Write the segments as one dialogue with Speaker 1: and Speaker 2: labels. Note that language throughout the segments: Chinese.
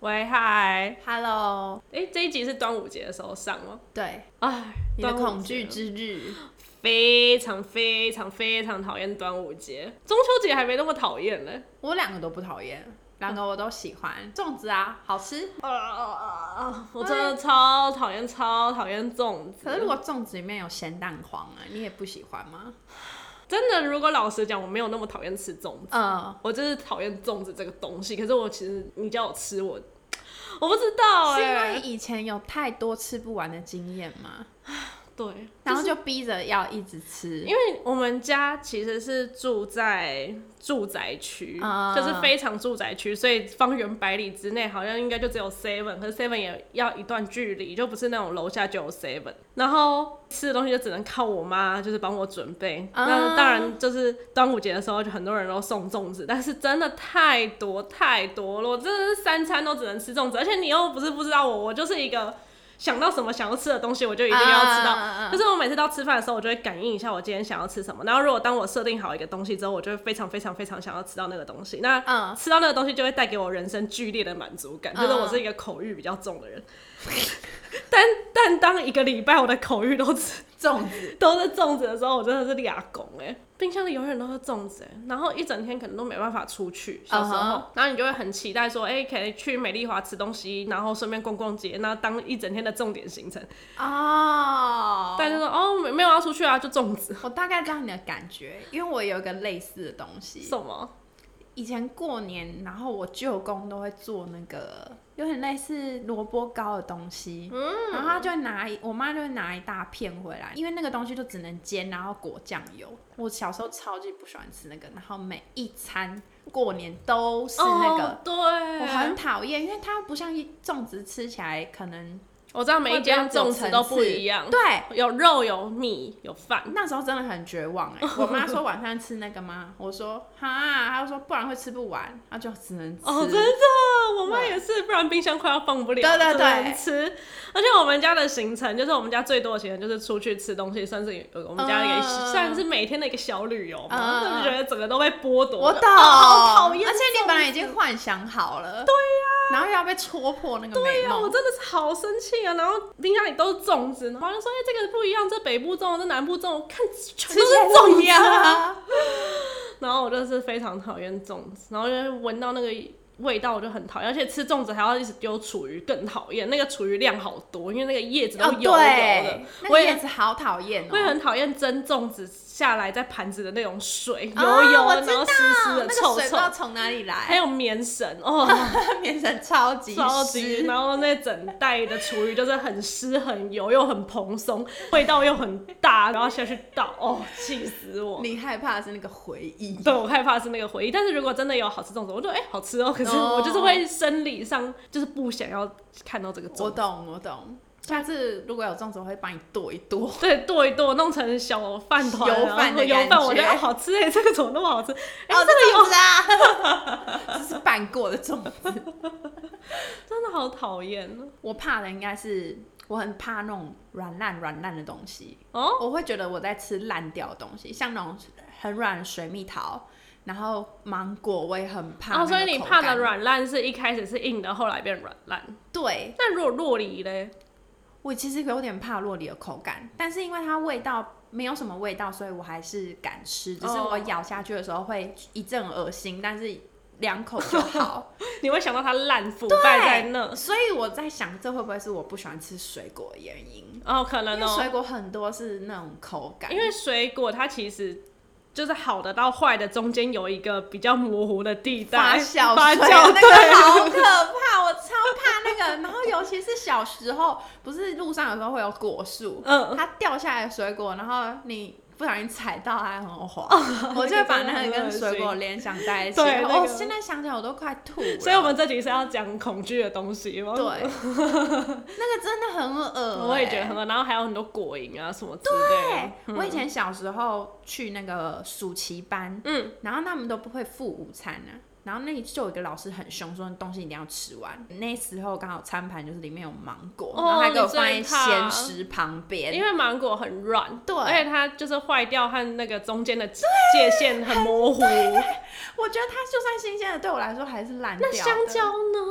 Speaker 1: 喂，嗨，
Speaker 2: Hello，
Speaker 1: 哎，这一集是端午节的时候上吗？
Speaker 2: 对，
Speaker 1: 哎，
Speaker 2: 你的
Speaker 1: 端午节
Speaker 2: 恐惧之日，
Speaker 1: 非常非常非常讨厌端午节，中秋节还没那么讨厌呢。
Speaker 2: 我两个都不讨厌，两个我都喜欢。粽子啊，好吃。呃
Speaker 1: 啊，我真的超讨厌，超讨厌粽
Speaker 2: 可是如
Speaker 1: 子。
Speaker 2: 果粽子里面有咸蛋黄啊，你也不喜欢吗？
Speaker 1: 真的，如果老实讲，我没有那么讨厌吃粽子，
Speaker 2: 嗯，
Speaker 1: 我就是讨厌粽子这个东西。可是我其实你叫我吃我，我不知道
Speaker 2: 是因
Speaker 1: 哎、
Speaker 2: 为以前有太多吃不完的经验嘛，
Speaker 1: 对，
Speaker 2: 然后就逼着要一直吃。
Speaker 1: 因为我们家其实是住在住宅区，
Speaker 2: 啊
Speaker 1: 就是非常住宅区，所以方圆百里之内好像应该就只有 Seven，可是 Seven 也要一段距离，就不是那种楼下就有 Seven。然后吃的东西就只能靠我妈，就是帮我准备。
Speaker 2: 啊
Speaker 1: 那当然就是端午节的时候，就很多人都送粽子，但是真的太多太多了，我真的是三餐都只能吃粽子，而且你又不是不知道我，我就是一个。想到什么想要吃的东西，我就一定要吃到。
Speaker 2: 啊啊啊啊
Speaker 1: 就是我每次到吃饭的时候，我就会感应一下我今天想要吃什么。然后如果当我设定好一个东西之后，我就会非常非常非常想要吃到那个东西。那、
Speaker 2: 嗯
Speaker 1: 吃到那个东西就会带给我人生剧烈的满足感，
Speaker 2: 嗯
Speaker 1: 就是我是一个口欲比较重的人。但但当一个礼拜我的口欲都吃
Speaker 2: 粽子，
Speaker 1: 都是粽子的时候，我真的是俩拱哎，冰箱里永远都是粽子哎、然后一整天可能都没办法出去。小时候
Speaker 2: 嗯哼
Speaker 1: 然后你就会很期待说，哎、可以去美丽华吃东西，然后顺便逛逛街，那当一整天的重点行程。
Speaker 2: 哦，
Speaker 1: 但是说哦，没没有要出去啊，就粽子。
Speaker 2: 我大概知道你的感觉，因为我有一个类似的东西。
Speaker 1: 什么？
Speaker 2: 以前过年，然后我舅公都会做那个有点类似萝卜糕的东西，
Speaker 1: 嗯
Speaker 2: 然后他就会拿一，我妈就会拿一大片回来，因为那个东西就只能煎，然后裹酱油。我小时候超级不喜欢吃那个，然后每一餐过年都是那个，
Speaker 1: 哦、对，
Speaker 2: 我很讨厌，因为它不像一粽子吃起来可能
Speaker 1: 我知道每一间粽子都不一样，
Speaker 2: 对。
Speaker 1: 有肉有米有饭，
Speaker 2: 那时候真的很绝望 哎、我妈说晚上吃那个吗？我说哈，她就说不然会吃不完，她就只能吃。
Speaker 1: 哦，真的，我妈也是，不然冰箱快要放不了，
Speaker 2: 对对对
Speaker 1: 只能吃。而且我们家的行程就是我们家最多的行程就是出去吃东西，算是有我们家的一个、
Speaker 2: 嗯
Speaker 1: 算是每天的一个小旅游嘛，
Speaker 2: 嗯
Speaker 1: 就、觉得整个都被剥夺了。
Speaker 2: 我懂，
Speaker 1: 哦好讨厌
Speaker 2: 而且
Speaker 1: 粽
Speaker 2: 你
Speaker 1: 子
Speaker 2: 本来已经幻想好了，对呀、然后又要被戳破那个美
Speaker 1: 对啊，我
Speaker 2: 梦，
Speaker 1: 真的是好生气啊！然后冰箱里都是粽子，然后就说：“哎、这个不一样，这北部粽，这南部粽，我看全都是粽子啊！”
Speaker 2: 呀，
Speaker 1: 然后我就是非常讨厌粽子，然后就是闻到那个味道我就很讨厌，而且吃粽子还要一直丢厨余，更讨厌。那个厨余量好多，因为那个叶子都
Speaker 2: 哦
Speaker 1: 油油的
Speaker 2: 对，，
Speaker 1: 我
Speaker 2: 那
Speaker 1: 也
Speaker 2: 叶子好讨厌
Speaker 1: 我也
Speaker 2: 哦，
Speaker 1: 很讨厌蒸粽子下来在盘子的那种水，
Speaker 2: 啊
Speaker 1: 油油
Speaker 2: 我
Speaker 1: 的，
Speaker 2: 知
Speaker 1: 然后湿湿
Speaker 2: 那
Speaker 1: 的、
Speaker 2: 个水
Speaker 1: 臭
Speaker 2: 不知
Speaker 1: 臭，
Speaker 2: 道从哪里
Speaker 1: 还
Speaker 2: 来，
Speaker 1: 有棉绳哦，
Speaker 2: 变成超级
Speaker 1: 超级，
Speaker 2: 湿，
Speaker 1: 然后那整袋的厨余就是很湿、很油又很蓬松，味道又很大，然后下去倒，哦，气死我！
Speaker 2: 你害怕的是那个回忆，
Speaker 1: 对我害怕是那个回忆，但是如果真的有好吃粽子，我就哎、好吃哦。可是
Speaker 2: 哦
Speaker 1: 我就是会生理上就是不想要看到这个
Speaker 2: 我
Speaker 1: 粽子，
Speaker 2: 懂我懂，下次如果有粽子，我会帮你剁一剁，
Speaker 1: 对剁一剁，弄成小饭团啊，
Speaker 2: 油饭的
Speaker 1: 油
Speaker 2: 感
Speaker 1: 饭，我觉
Speaker 2: 觉
Speaker 1: 得、哦好吃哎、这个怎么那么好吃？哎、
Speaker 2: 哦，这个有啦， 这是拌过的粽子，
Speaker 1: 真的好讨厌哦
Speaker 2: 我怕的应该是我很怕那种软烂软烂的东西。
Speaker 1: 哦。
Speaker 2: 我会觉得我在吃烂掉的东西，像那种很软的水蜜桃，然后芒果我也很怕。
Speaker 1: 哦，所以你怕的？软烂是一开始是硬的，后来变软烂。
Speaker 2: 对，
Speaker 1: 那如果洛梨嘞？
Speaker 2: 我其实有点怕洛里的口感，但是因为它味道没有什么味道，所以我还是敢吃。只是
Speaker 1: 哦
Speaker 2: 我咬下去的时候会一阵恶心，但是两口 就好。
Speaker 1: 你会想到它烂腐败在那？
Speaker 2: 所以我在想，这会不会是我不喜欢吃水果的原因？
Speaker 1: 哦，可能
Speaker 2: 因为
Speaker 1: 哦，
Speaker 2: 水果很多是那种口感，
Speaker 1: 因为水果它其实就是好的到坏的中间有一个比较模糊的地带，
Speaker 2: 发酵
Speaker 1: 发
Speaker 2: 水
Speaker 1: 酵
Speaker 2: 那
Speaker 1: 对
Speaker 2: 个好可怕，我超怕那个。然后尤其是小时候，不是路上有时候会有果树，
Speaker 1: 嗯
Speaker 2: 它掉下来的水果，然后你。不小心踩到它很滑，我就会把那个跟水果联想在一起。
Speaker 1: 哦对那
Speaker 2: 哦，
Speaker 1: 个
Speaker 2: 现在想起来我都快吐了。
Speaker 1: 所以，我们这集是要讲恐惧的东西吗？
Speaker 2: 对，那个真的很恶、
Speaker 1: 我也觉得
Speaker 2: 欸
Speaker 1: 很恶然后还有很多果蝇啊什么之类的。
Speaker 2: 对，我以前小时候去那个暑期班，
Speaker 1: 嗯，
Speaker 2: 然后他们都不会付午餐啊。然后那里就有一个老师很凶，说东西一定要吃完。那时候刚好餐盘就是里面有芒果，
Speaker 1: 哦
Speaker 2: 然后他给我放在
Speaker 1: 你最怕
Speaker 2: 咸食旁
Speaker 1: 因
Speaker 2: 边。
Speaker 1: 为芒果很软，
Speaker 2: 对
Speaker 1: 而且它就是坏掉和那个中间的界限很模糊。
Speaker 2: 我觉得它就算新鲜的，对我来说还是烂掉
Speaker 1: 那
Speaker 2: 的。
Speaker 1: 香蕉呢？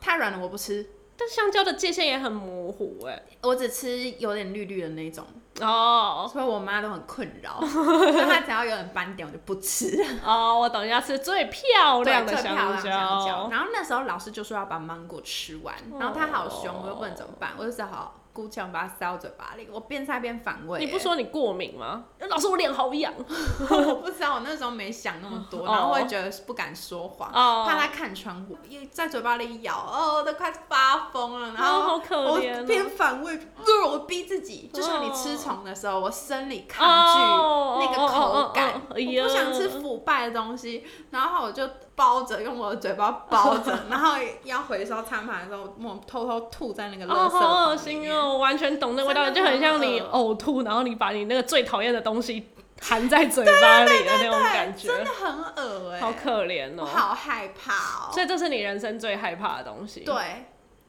Speaker 2: 太软了我不吃，
Speaker 1: 但香蕉的界限也很模糊哎、
Speaker 2: 我只吃有点绿绿的那种，
Speaker 1: 哦
Speaker 2: 所以我妈都很困扰， 所以她只要有人斑点我就不吃。
Speaker 1: 哦，我等一下吃最漂
Speaker 2: 对，
Speaker 1: 亮的
Speaker 2: 最漂
Speaker 1: 蕉。
Speaker 2: 亮香蕉。然后那时候老师就说要把芒果吃完，然后他好凶，
Speaker 1: 哦
Speaker 2: 我又不能怎么办，我就只好姑且把它塞到嘴巴里，我边塞边反胃。
Speaker 1: 你不说你过敏吗？老师，我脸好痒。
Speaker 2: 我不知道，我那时候没想那么多，
Speaker 1: 哦
Speaker 2: 然后会觉得不敢说谎，
Speaker 1: 哦
Speaker 2: 怕他看穿我，因为在嘴巴里咬，哦，都快发疯了，然后
Speaker 1: 哦好可怜哦
Speaker 2: 我边反胃，呃我逼自己，就像你吃虫的时候，我生理抗拒
Speaker 1: 哦
Speaker 2: 那个口感，
Speaker 1: 哦哦哦哦哎呀
Speaker 2: 我不想吃腐败的东西，然后我就包着，用我的嘴巴包着，然后要回收餐盘的时候，我偷偷吐在那个垃
Speaker 1: 哦，
Speaker 2: 圾桶
Speaker 1: 好恶
Speaker 2: 里
Speaker 1: 心
Speaker 2: 面
Speaker 1: 哦！我完全懂那个味道，
Speaker 2: 真
Speaker 1: 就
Speaker 2: 的
Speaker 1: 很
Speaker 2: 很
Speaker 1: 像你
Speaker 2: 恶
Speaker 1: 呕吐，然后你把你那个最讨厌的东西含在嘴巴里的那种感觉
Speaker 2: 真，的很恶哎、
Speaker 1: 好可怜
Speaker 2: 我
Speaker 1: 哦。
Speaker 2: 好害怕哦。
Speaker 1: 所以这是你人生最害怕的东西。，
Speaker 2: 对，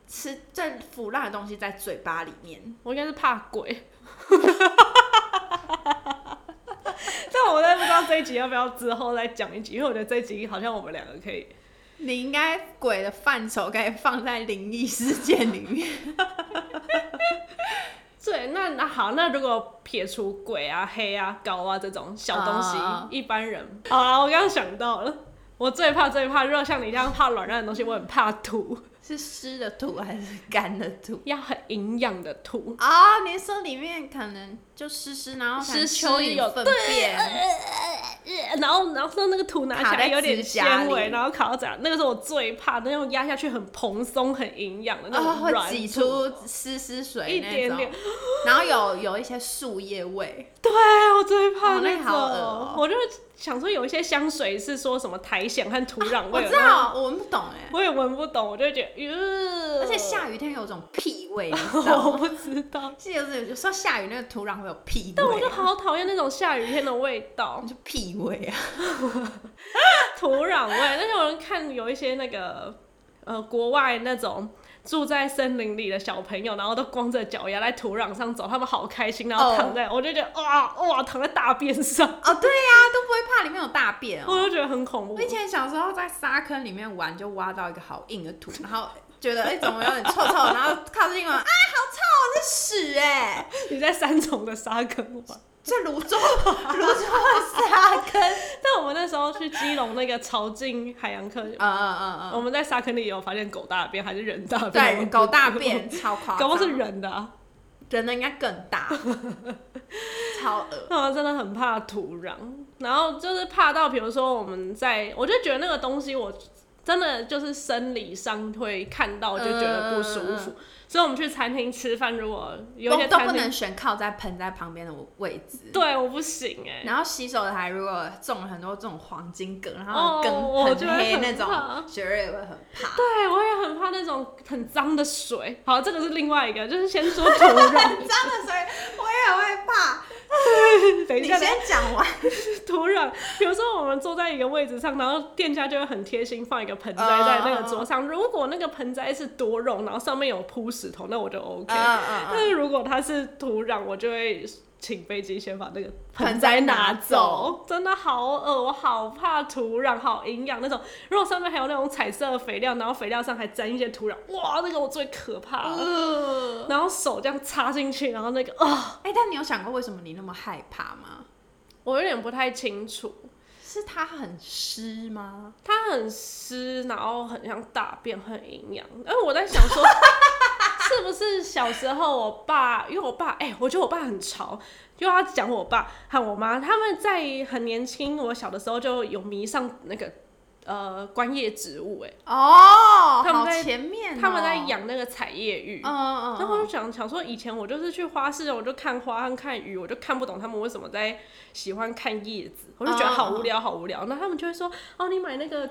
Speaker 2: 吃最腐烂的东西在嘴巴里面。
Speaker 1: 我应该是怕 鬼。但我真的不知道这一集要不要之后再讲一集，因为我觉得这一集好像我们两个可以
Speaker 2: 你应该鬼的范畴可以放在灵异事件里 面。
Speaker 1: 对，那那好，那如果撇除鬼啊、黑啊、高啊这种小东西
Speaker 2: 啊
Speaker 1: 一般人好啦，我刚刚想到了，我最怕最怕，如果像你这样怕软烂的东西，我很怕土，
Speaker 2: 是湿的土还是干的土？
Speaker 1: 要很营养的土。
Speaker 2: 啊、你说里面可能就湿湿，然后可能
Speaker 1: 湿湿
Speaker 2: 蚯蚓
Speaker 1: 有
Speaker 2: 粪
Speaker 1: 对
Speaker 2: 便，
Speaker 1: 呃然后，然后那个土拿起
Speaker 2: 卡
Speaker 1: 来
Speaker 2: 在
Speaker 1: 有点
Speaker 2: 指甲
Speaker 1: 纤维，
Speaker 2: 里
Speaker 1: 然后烤到怎样？那个是我最怕，那种压下去很蓬松、很营养的那
Speaker 2: 啊、
Speaker 1: 种
Speaker 2: 会
Speaker 1: 软
Speaker 2: 挤
Speaker 1: 土。哦
Speaker 2: 出湿湿水
Speaker 1: 一
Speaker 2: 那
Speaker 1: 点
Speaker 2: 种
Speaker 1: 点，
Speaker 2: 然后有有一些树叶味，
Speaker 1: 对，我最怕
Speaker 2: 哦那
Speaker 1: 种。
Speaker 2: 好恶哦
Speaker 1: 我就想说，有一些香水是说什么苔藓和土壤
Speaker 2: 啊我
Speaker 1: 味，
Speaker 2: 知道，我闻不懂哎、
Speaker 1: 我也闻不懂，我就会觉得，呃，
Speaker 2: 而且下雨天有一种屁味，你知道
Speaker 1: 我不
Speaker 2: 吗？
Speaker 1: 知道，
Speaker 2: 记得有时候下雨那个土壤会有屁味，
Speaker 1: 但我就好讨厌那种下雨天的味道，
Speaker 2: 就屁味啊。
Speaker 1: 土壤味。但是我看有一些那个呃国外那种。住在森林里的小朋友，然后都光着脚丫在土壤上走，他们好开心，然后
Speaker 2: 哦
Speaker 1: 躺在我就觉得哇哇，躺在大便上，
Speaker 2: 哦，对呀、都不会怕里面有大便
Speaker 1: 我
Speaker 2: 哦。
Speaker 1: 就觉得很恐怖
Speaker 2: 我以。前小时候在沙坑里面玩，就挖到一个好硬的土，然后觉得哎、怎么有点臭臭，然后靠近我，啊，好臭，是屎哎、
Speaker 1: 你在三重的沙坑玩，
Speaker 2: 这泸州泸州的沙坑，
Speaker 1: 但我们那时候去基隆那个潮境海洋科学，
Speaker 2: 嗯嗯嗯
Speaker 1: 我们在沙坑里有发现狗大便还是人大
Speaker 2: 嗯，
Speaker 1: 便，我
Speaker 2: 对，
Speaker 1: 们
Speaker 2: 狗大便超夸张，
Speaker 1: 搞不好是人的、啊。
Speaker 2: 人的应该更 大，超恶。
Speaker 1: 那我真的很怕土壤，然后就是怕到，比如说我们在，我就觉得那个东西我真的就是生理上会看到，就觉得不舒服。
Speaker 2: 嗯
Speaker 1: 所以我们去餐厅吃饭，如果有一些
Speaker 2: 都都
Speaker 1: 餐
Speaker 2: 不
Speaker 1: 厅
Speaker 2: 能选靠在盆栽旁边的位置，
Speaker 1: 对我不行哎、
Speaker 2: 然后洗手台如果种了很多这种黄金梗，然
Speaker 1: 哦
Speaker 2: 后
Speaker 1: 我
Speaker 2: 梗
Speaker 1: 觉
Speaker 2: 很
Speaker 1: 得
Speaker 2: 黑
Speaker 1: 很
Speaker 2: 那
Speaker 1: 怕
Speaker 2: 种，雪瑞也会很怕。
Speaker 1: 对，我也很怕那种很脏的水。好，这个是另外一个，就是先说土壤，
Speaker 2: 真的，所以我也会怕。
Speaker 1: 等一
Speaker 2: 你
Speaker 1: 下
Speaker 2: 先讲完，
Speaker 1: 土壤，比如说我们坐在一个位置上，然后店家就会很贴心放一个盆栽
Speaker 2: 嗯
Speaker 1: 在那个桌上。如果那个盆栽是多肉，然后上面有铺石头，那我就 OK。
Speaker 2: 嗯
Speaker 1: 但是如果它是土壤，我就会请飞机先把那个盆
Speaker 2: 盆
Speaker 1: 栽
Speaker 2: 栽
Speaker 1: 拿
Speaker 2: 拿
Speaker 1: 走。真的好恶，我好怕土壤，好营养那种。如果上面还有那种彩色的肥料，然后肥料上还沾一些土壤，哇，那个我最可怕了。
Speaker 2: 嗯。
Speaker 1: 然后手这样插进去，然后那个啊、
Speaker 2: 哎，但你有想过为什么你那么害怕吗？
Speaker 1: 我有点不太清楚。
Speaker 2: 是它很湿吗？
Speaker 1: 它很湿，然后很像大便，很营养。而我在想说， 是不是小时候我爸，因为我爸，哎、我觉得我爸很潮，就要讲我爸和我妈，他们在很年轻，我小的时候就有迷上那个呃观叶植物、哎、
Speaker 2: 哦，
Speaker 1: 他们
Speaker 2: 好
Speaker 1: 在
Speaker 2: 前面哦，
Speaker 1: 他们在养那个彩叶玉。
Speaker 2: 嗯。嗯嗯
Speaker 1: 然后我
Speaker 2: 嗯，
Speaker 1: 就想想说，以前我就是去花市，我就看花和看鱼，我就看不懂他们为什么在喜欢看叶子，我就觉得好无聊，好无聊。那他们就会说，哦，你买那个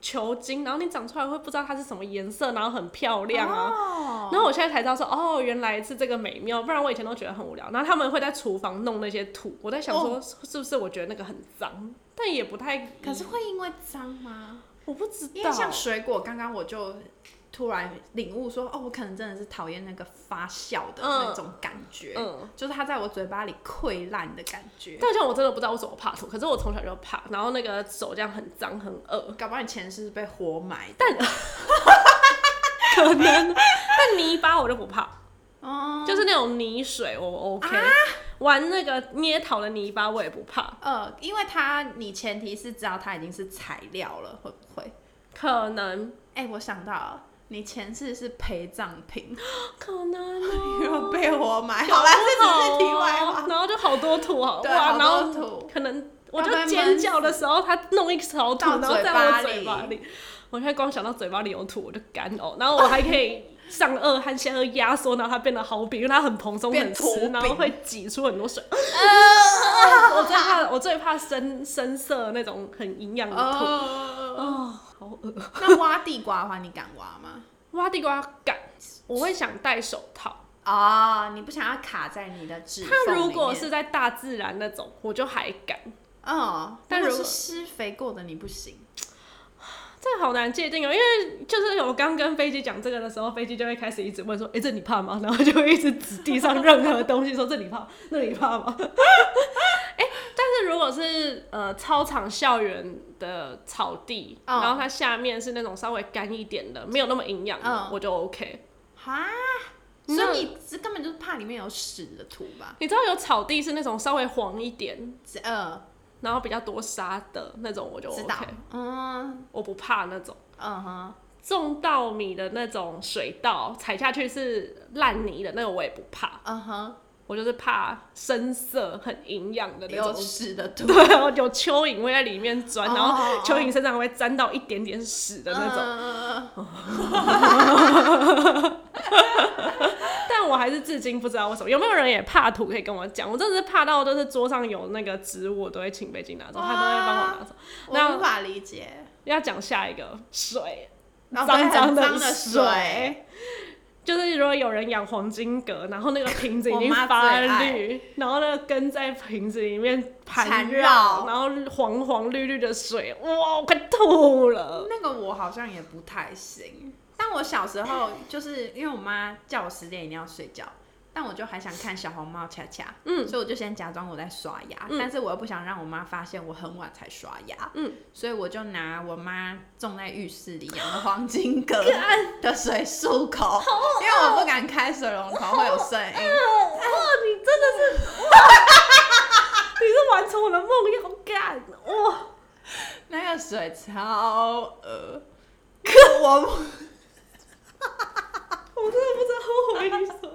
Speaker 1: 球茎，然后你长出来会不知道它是什么颜色，然后很漂亮啊。
Speaker 2: 哦，
Speaker 1: 然后我现在才知道说，哦，原来是这个美妙，不然我以前都觉得很无聊。然后他们会在厨房弄那些土，我在想说，是不是我觉得那个很脏，哦但也不太，
Speaker 2: 可是会因为脏吗？
Speaker 1: 我不知道，
Speaker 2: 因为像水果，刚刚我就突然领悟说，哦，我可能真的是讨厌那个发酵的那种感觉，
Speaker 1: 嗯。
Speaker 2: 就是它在我嘴巴里溃烂的感觉。
Speaker 1: 但像我真的不知道为什么怕土，可是我从小就怕，然后那个手这样很脏很恶，
Speaker 2: 搞不好你前世是被活埋的，
Speaker 1: 但可能。 但泥巴我就不怕，
Speaker 2: 哦，
Speaker 1: 就是那种泥水我 OK，、玩那个捏陶的泥巴我也不怕，
Speaker 2: 呃，因为它你前提是知道它已经是材料了，会不会？
Speaker 1: 可能
Speaker 2: 哎、我想到了你前世是陪葬品，
Speaker 1: 可能、
Speaker 2: 因
Speaker 1: 哦。
Speaker 2: 为被我买。
Speaker 1: 搞
Speaker 2: 好啦，
Speaker 1: 不好
Speaker 2: 这只
Speaker 1: 哦
Speaker 2: 是题外话。
Speaker 1: 然后就好多土好
Speaker 2: 对
Speaker 1: 哇，
Speaker 2: 好多
Speaker 1: 然后
Speaker 2: 土
Speaker 1: 可能我
Speaker 2: 要不
Speaker 1: 就
Speaker 2: 然
Speaker 1: 尖叫的时候，他弄一勺土，
Speaker 2: 到
Speaker 1: 然后
Speaker 2: 嘴
Speaker 1: 在
Speaker 2: 巴
Speaker 1: 我嘴
Speaker 2: 里
Speaker 1: 巴里，我现在光想到嘴巴里有土我就干呕，然后我还可以上颚和下颚压缩，然后它变得好饼，因为它很蓬松
Speaker 2: 变
Speaker 1: 很
Speaker 2: 土
Speaker 1: 湿，然后
Speaker 2: 饼
Speaker 1: 会挤出很多 水。我最怕我最怕深深色那种很营养的土。
Speaker 2: 哦，
Speaker 1: 哦，好恶！
Speaker 2: 那挖地瓜的话，你敢挖吗？
Speaker 1: 挖地瓜杆，我会想戴手套。
Speaker 2: 哦，你不想要卡在你的指缝
Speaker 1: 它
Speaker 2: 里
Speaker 1: 如
Speaker 2: 面
Speaker 1: 果是在大自然那种，我就还敢。
Speaker 2: 嗯，
Speaker 1: 但
Speaker 2: 但如
Speaker 1: 如
Speaker 2: 果
Speaker 1: 果
Speaker 2: 是施肥过的，你不行。
Speaker 1: 这好难界定哦，因为就是我刚跟飞机讲这个的时候，飞机就会开始一直问说：“哎、这你怕吗？”然后就会一直指地上任何东西说：“这你怕，那你怕 吗？”哎、但是如果是呃操场、校园的草地，
Speaker 2: 嗯
Speaker 1: 然后它下面是那种稍微干一点的，没有那么营养的，
Speaker 2: 嗯
Speaker 1: 我就 OK。
Speaker 2: 哈，所
Speaker 1: 那
Speaker 2: 以你这根本就是怕里面有屎的土吧？
Speaker 1: 你知道有草地是那种稍微黄一点，
Speaker 2: 呃，
Speaker 1: 然后比较多沙的那种，我就
Speaker 2: 知
Speaker 1: 哦 OK，
Speaker 2: 道，嗯
Speaker 1: 我不怕那种。
Speaker 2: 嗯哼，
Speaker 1: 种稻米的那种水稻，踩下去是烂泥的那个我也不怕，
Speaker 2: 嗯哼，
Speaker 1: 我就是怕深色很营养的那
Speaker 2: 有
Speaker 1: 种。
Speaker 2: 屎的土，
Speaker 1: 对，然后有蚯蚓会在里面钻，
Speaker 2: 哦
Speaker 1: 然后蚯蚓身上会沾到一点点屎的
Speaker 2: 嗯
Speaker 1: 那种。
Speaker 2: 种，
Speaker 1: 但我还是至今不知道为什么，有没有人也怕土可以跟我讲？我真的是怕到就是桌上有那个植物，我都会请北京拿走，他都会帮我拿走。
Speaker 2: 嗯我
Speaker 1: 那
Speaker 2: 无法理解。
Speaker 1: 要讲下一个水，
Speaker 2: 然后哦很
Speaker 1: 脏
Speaker 2: 脏
Speaker 1: 的
Speaker 2: 的
Speaker 1: 水，就是如果有人养黄金葛，然后那个瓶子已
Speaker 2: 我
Speaker 1: 经
Speaker 2: 妈
Speaker 1: 发
Speaker 2: 最爱
Speaker 1: 绿，然后那个根在瓶子里面
Speaker 2: 缠
Speaker 1: 盘
Speaker 2: 绕
Speaker 1: 然后黄黄绿绿的水，哇，我快吐了。
Speaker 2: 那个我好像也不太行。但我小时候就是因为我妈叫我十点一定要睡觉，但我就还想看小红帽恰恰，嗯，所以我就先假装我在刷牙，
Speaker 1: 嗯
Speaker 2: 但是我又不想让我妈发现我很晚才刷牙，
Speaker 1: 嗯，
Speaker 2: 所以我就拿我妈种在浴室里养的黄 金葛
Speaker 1: 啊
Speaker 2: 的水漱口，
Speaker 1: 哦
Speaker 2: 因为我不敢开水龙头会有声音，
Speaker 1: 哇，你真的是，哇你是完成我的梦要干哇！
Speaker 2: 那个水超恶，我不
Speaker 1: 我真的不知道回你什么。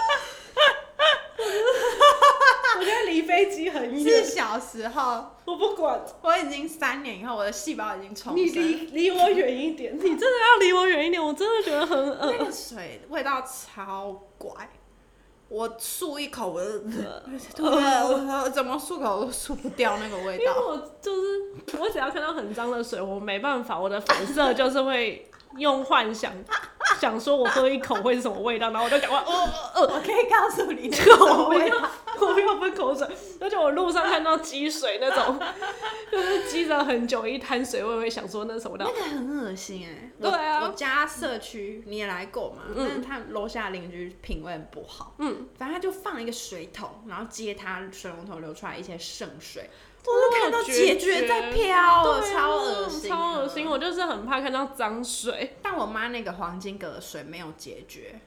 Speaker 1: 我觉得离飞机很
Speaker 2: 是
Speaker 1: 远，
Speaker 2: 小时候。
Speaker 1: 我不管，
Speaker 2: 我已经三年以后，我的细胞已经重
Speaker 1: 你
Speaker 2: 生。
Speaker 1: 离离我远一点，你真的要离我远一点，我真的觉得很恶
Speaker 2: 那个水味道超怪，我漱一口我就，啊呃我我怎么漱口我都漱不掉那个味
Speaker 1: 啊因为
Speaker 2: 道。
Speaker 1: 我就是我只要看到很脏的水，我没办法，我的反射就是会用幻想想说我喝一口会是什么味道，然后我就赶快哦，
Speaker 2: 我可以告诉 你
Speaker 1: 这
Speaker 2: 那
Speaker 1: 个
Speaker 2: 种
Speaker 1: 我不
Speaker 2: 味
Speaker 1: 要
Speaker 2: 道，，
Speaker 1: 我不要喷口水，而且我路上看到积水那种，就是积了很久一滩水，我也会想说那是什么味
Speaker 2: 哎那
Speaker 1: 道。
Speaker 2: 个很恶心哎、
Speaker 1: 对啊
Speaker 2: 我我家社区你也来过嘛？但是他楼下邻居品味很不好，
Speaker 1: 嗯，
Speaker 2: 反正他就放一个水桶，然后接他水龙头流出来一些剩水，
Speaker 1: 我
Speaker 2: 看到
Speaker 1: 解
Speaker 2: 解决在飘，
Speaker 1: 对啊
Speaker 2: 超恶心，
Speaker 1: 超恶心！。我就是很怕看到脏水，
Speaker 2: 但我妈那个黄金葛的水没有解决，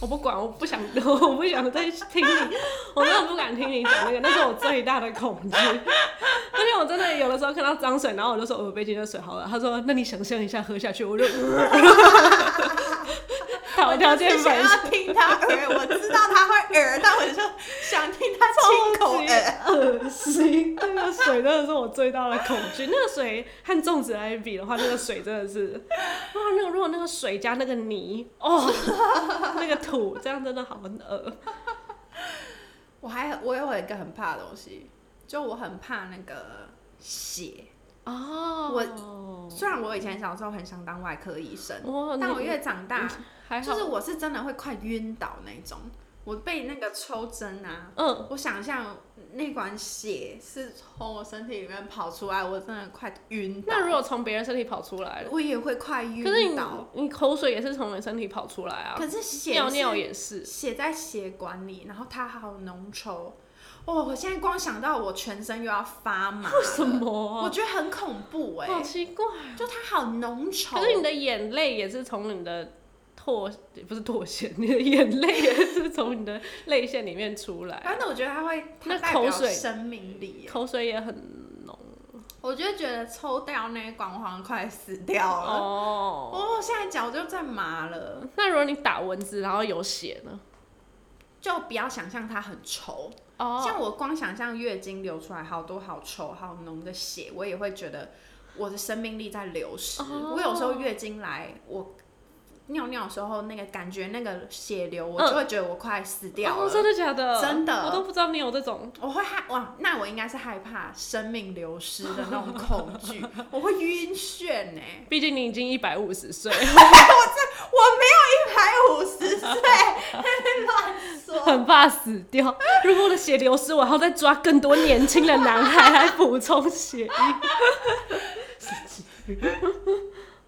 Speaker 1: 我不管，我不想， 我不想再听你，我真的不敢听你讲那个，那是我最大的恐惧。而且我真的有的时候看到脏水，然后我就说呃我杯今天水好了，他说那你想象一下喝下去，我就， 条
Speaker 2: 我
Speaker 1: 条件
Speaker 2: 想
Speaker 1: 反射。
Speaker 2: 要听他耳，我知道他会耳，但我就想听他亲口
Speaker 1: 超级
Speaker 2: 哎耳。
Speaker 1: 恶心，那个水真的是我最大的恐惧。那个水和粽子来比的话，那个水真的是，哇，那个如果那个水加那个泥，哦，那个土，这样真的好恶。
Speaker 2: 我还我有一个很怕的东西，就我很怕那个血。
Speaker 1: 哦
Speaker 2: 虽然我以前小时候很想当外科医生，
Speaker 1: 哇
Speaker 2: 但
Speaker 1: 哦你
Speaker 2: 我越长大，
Speaker 1: 还好，
Speaker 2: 就是我是真的会快晕倒那种。我被那个抽针啊，
Speaker 1: 嗯，
Speaker 2: 我想象那管血是从我身体里面跑出来，我真的快晕倒。
Speaker 1: 嗯那如果从别人身体跑出来了，
Speaker 2: 我也会快
Speaker 1: 哎可是
Speaker 2: 晕
Speaker 1: 你
Speaker 2: 倒，
Speaker 1: 你口水也是从你身体跑出来啊，
Speaker 2: 可是血
Speaker 1: 尿尿
Speaker 2: 是
Speaker 1: 也是，
Speaker 2: 血在血管里，然后它还有浓稠。哦，我现在光想到我全身又要发麻，
Speaker 1: 为什？么哦
Speaker 2: 我
Speaker 1: 啊？
Speaker 2: 觉得很恐怖哎、
Speaker 1: 好奇怪。
Speaker 2: 就它好浓稠。
Speaker 1: 可是你的眼泪也是从你的唾不是唾腺，你的眼泪也是从你的泪腺里面出来，
Speaker 2: 反正我觉得它会，它
Speaker 1: 那
Speaker 2: 代
Speaker 1: 口
Speaker 2: 表
Speaker 1: 水
Speaker 2: 生命力耶。
Speaker 1: 口水也很浓
Speaker 2: 我就觉得抽掉那一管，我好像快死掉了。
Speaker 1: 哦。
Speaker 2: 啊哦，现在脚就在麻了，
Speaker 1: 那如果你打蚊子然后有血呢？
Speaker 2: 就不要想象它很稠。
Speaker 1: 哦
Speaker 2: 像我光想象月经流出来好多好稠好浓的血，我也会觉得我的生命力在流失。
Speaker 1: 哦
Speaker 2: 我有时候月经来，我尿尿的时候那个感觉那个血流，我就会觉得我快死掉
Speaker 1: 嗯
Speaker 2: 了。
Speaker 1: 哦，真的假的？
Speaker 2: 真的
Speaker 1: 我都不知道你有这种。
Speaker 2: 我会害哇，那我应该是害怕生命流失的那种恐惧，我会晕眩呢、
Speaker 1: 毕竟你已经一百五十岁，
Speaker 2: 我没有一百五十岁， 乱说。
Speaker 1: 很怕死掉。如果我的血流失，我还要再抓更多年轻的男孩来补充血液。